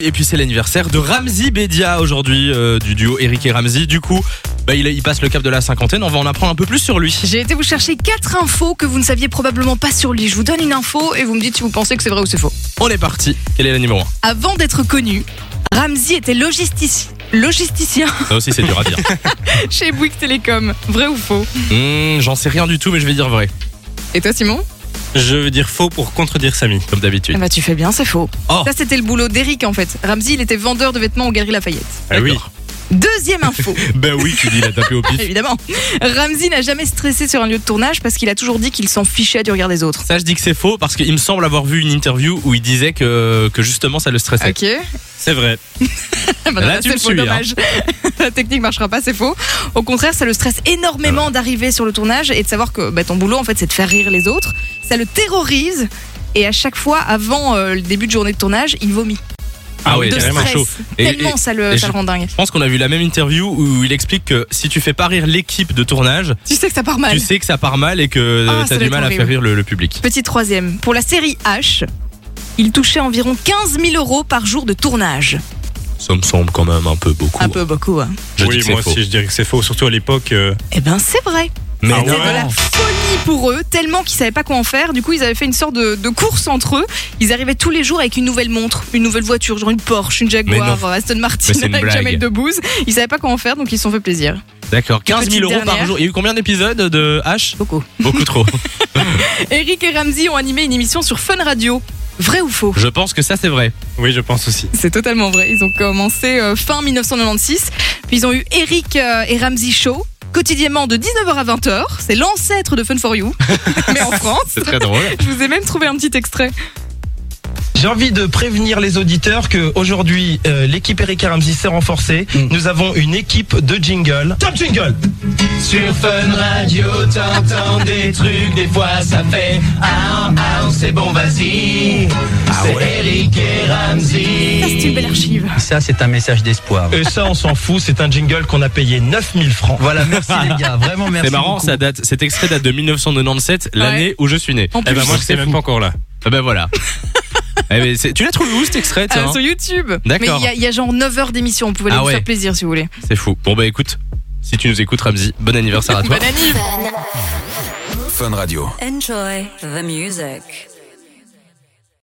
Et puis c'est l'anniversaire de Ramzi Bedia aujourd'hui, euh, du duo Eric et Ramzi. Du coup, bah, il, il passe le cap de la cinquantaine, on va en apprendre un peu plus sur lui. J'ai été vous chercher quatre infos que vous ne saviez probablement pas sur lui. Je vous donne une info et vous me dites si vous pensez que c'est vrai ou c'est faux. On est parti, quel est la numéro 1 Avant d'être connu, Ramsey était logistici- logisticien Ça aussi c'est dur à dire. chez Bouygues Télécom. Vrai ou faux Hmm, J'en sais rien du tout mais je vais dire vrai, Et toi Simon Je veux dire faux pour contredire Samy. comme d'habitude. bah tu fais bien, c'est faux. Oh. Ça c'était le boulot d'Eric en fait. Ramsey il était vendeur de vêtements aux Galeries Lafayette. Ah oui. D'accord. Deuxième info, Bah oui, tu dis, il a tapé au pif. évidemment. Ramsey n'a jamais stressé sur un lieu de tournage parce qu'il a toujours dit qu'il s'en fichait du regard des autres. Ça je dis que c'est faux parce qu'il me semble avoir vu une interview où il disait que, que justement ça le stressait. Ok. C'est vrai. Ah bah non, Là, là, tu c'est me faux, suis, hein. dommage. La technique marchera pas, c'est faux. Au contraire, ça le stresse Ah énormément d'arriver sur le tournage et de savoir que bah, ton boulot, en fait, c'est de faire rire les autres. Ça le terrorise. Et à chaque fois, avant euh, le début de journée de tournage, il vomit. Ah ouais, de carrément stress. chaud. Et- Tellement et- ça, le, et ça je- le rend dingue. Je pense qu'on a vu la même interview où il explique que si tu fais pas rire l'équipe de tournage, Tu sais que ça part mal. tu sais que ça part mal et que Ah, euh, ça t'as doit du être mal à horrible. faire rire le- le public. Petit troisième. Pour la série H, il touchait environ 15 000 euros par jour de tournage. Ça me semble quand même un peu beaucoup. Un peu beaucoup. Hein. Je oui, dis que c'est moi faux. aussi, je dirais que c'est faux, surtout à l'époque. euh, Eh ben, c'est vrai. Mais Ah non. C'était de la folie pour eux, tellement qu'ils savaient pas quoi en faire. Du coup, ils avaient fait une sorte de, de course entre eux. Ils arrivaient tous les jours avec une nouvelle montre, une nouvelle voiture, genre une Porsche, une Jaguar, Mais Aston Mais c'est Martin une avec Jamel blague. Debbouze. Ils savaient pas quoi en faire, donc ils se sont fait plaisir. D'accord, 15 000 euros par dernière. jour. Il y a eu combien d'épisodes de H Beaucoup. Beaucoup trop. Eric et Ramsey ont animé une émission sur Fun Radio. Vrai ou faux Je pense que ça c'est vrai. Oui, je pense aussi. C'est totalement vrai. Ils ont commencé euh, fin 1996. Puis ils ont eu Eric euh, et Ramsey Show. Quotidiennement de 19h à 20h, c'est l'ancêtre de Fun for You, mais en France. C'est très drôle. Je vous ai même trouvé un petit extrait. J'ai envie de prévenir les auditeurs que aujourd'hui euh, l'équipe Eric et Ramsey s'est renforcée. Mm. Nous avons une équipe de jingle. Top jingle Sur Fun Radio, t'entends des trucs, des fois ça fait ah ah, c'est bon, vas-y. Ah c'est Eric et Ça, c'est une Ramsey. belle archive. Ça, c'est un message d'espoir. Et Euh, ça, on s'en fout, c'est un jingle qu'on a payé 9000 francs. Voilà, merci les gars, vraiment merci. C'est marrant, beaucoup. ça date, cet extrait date de 1997, l'année où je suis né. En eh ben plus. moi Bah, je sais c'est même même pas encore là. Eh ben voilà. eh ben, c'est- tu l'as trouvé où cet extrait hein Euh, tiens sur YouTube. Mais D'accord. il y a- il y, a genre 9 heures d'émission, on pouvait aller Ah vous ouais. faire plaisir si vous voulez. C'est fou. Bon bah écoute, si tu nous écoutes Ramzi, bon Bah, anniversaire à toi. Bonne année. Enjoy the music.